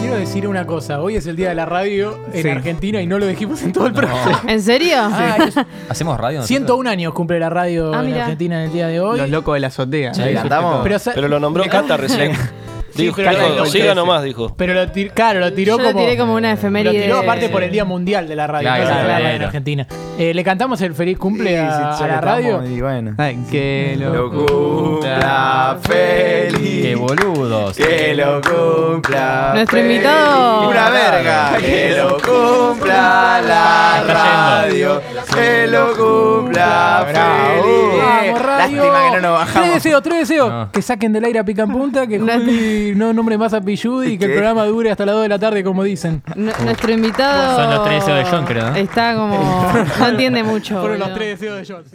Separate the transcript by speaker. Speaker 1: quiero decir una cosa. Hoy es el día de la radio en
Speaker 2: Sí.
Speaker 1: Argentina y no lo dijimos en todo el programa.
Speaker 3: ¿En serio?
Speaker 1: Ah, es-
Speaker 4: ¿Hacemos radio? nosotros?
Speaker 1: 101 años cumple la radio
Speaker 3: Ah,
Speaker 1: en
Speaker 3: mirá.
Speaker 1: Argentina en el día de hoy.
Speaker 2: Los locos de la azotea.
Speaker 4: Sí,
Speaker 2: Ahí surge
Speaker 4: cantamos.
Speaker 2: todo.
Speaker 1: pero, sa-
Speaker 5: Pero lo nombró Cata recién. Dijo,
Speaker 2: creo que
Speaker 5: dijo,
Speaker 2: lo
Speaker 5: siga
Speaker 2: hice.
Speaker 5: nomás, dijo.
Speaker 1: pero lo tir- claro, lo tiró
Speaker 3: Yo lo
Speaker 1: como.
Speaker 3: tiré como una
Speaker 1: lo
Speaker 3: efeméride.
Speaker 1: tiró aparte por el Día Mundial de la Radio,
Speaker 4: Claro,
Speaker 1: no es la
Speaker 4: claro,
Speaker 1: radio en
Speaker 4: claro.
Speaker 1: Argentina. Eh, ¿Le cantamos el feliz cumple
Speaker 6: Sí,
Speaker 1: a,
Speaker 6: sí,
Speaker 1: a
Speaker 6: ya
Speaker 1: la
Speaker 6: que estamos,
Speaker 1: radio?
Speaker 6: Y bueno.
Speaker 2: Ay, qué
Speaker 6: Lo
Speaker 2: loco.
Speaker 6: cumpla feliz.
Speaker 4: ¡Qué boludos!
Speaker 6: Que lo cumpla.
Speaker 3: Nuestro
Speaker 6: feliz.
Speaker 3: invitado.
Speaker 6: Una verga. Que lo cumpla la radio. Que lo cumpla
Speaker 2: Bravo.
Speaker 6: feliz.
Speaker 1: Vamos, radio.
Speaker 6: eh. Lástima que no nos bajamos.
Speaker 1: Tres deseos, tres deseos.
Speaker 4: No.
Speaker 1: Que saquen del aire a pica en punta, que Juli no nombre más a Pilludi y que el
Speaker 6: ¿Qué?
Speaker 1: programa dure hasta las 2 de la tarde, como dicen.
Speaker 3: N- Nuestro invitado.
Speaker 4: Son los tres deseos de John, creo, ¿no?
Speaker 3: Está como. No entiende mucho.
Speaker 1: Fueron los
Speaker 3: boludo.
Speaker 1: tres deseos de John. sí.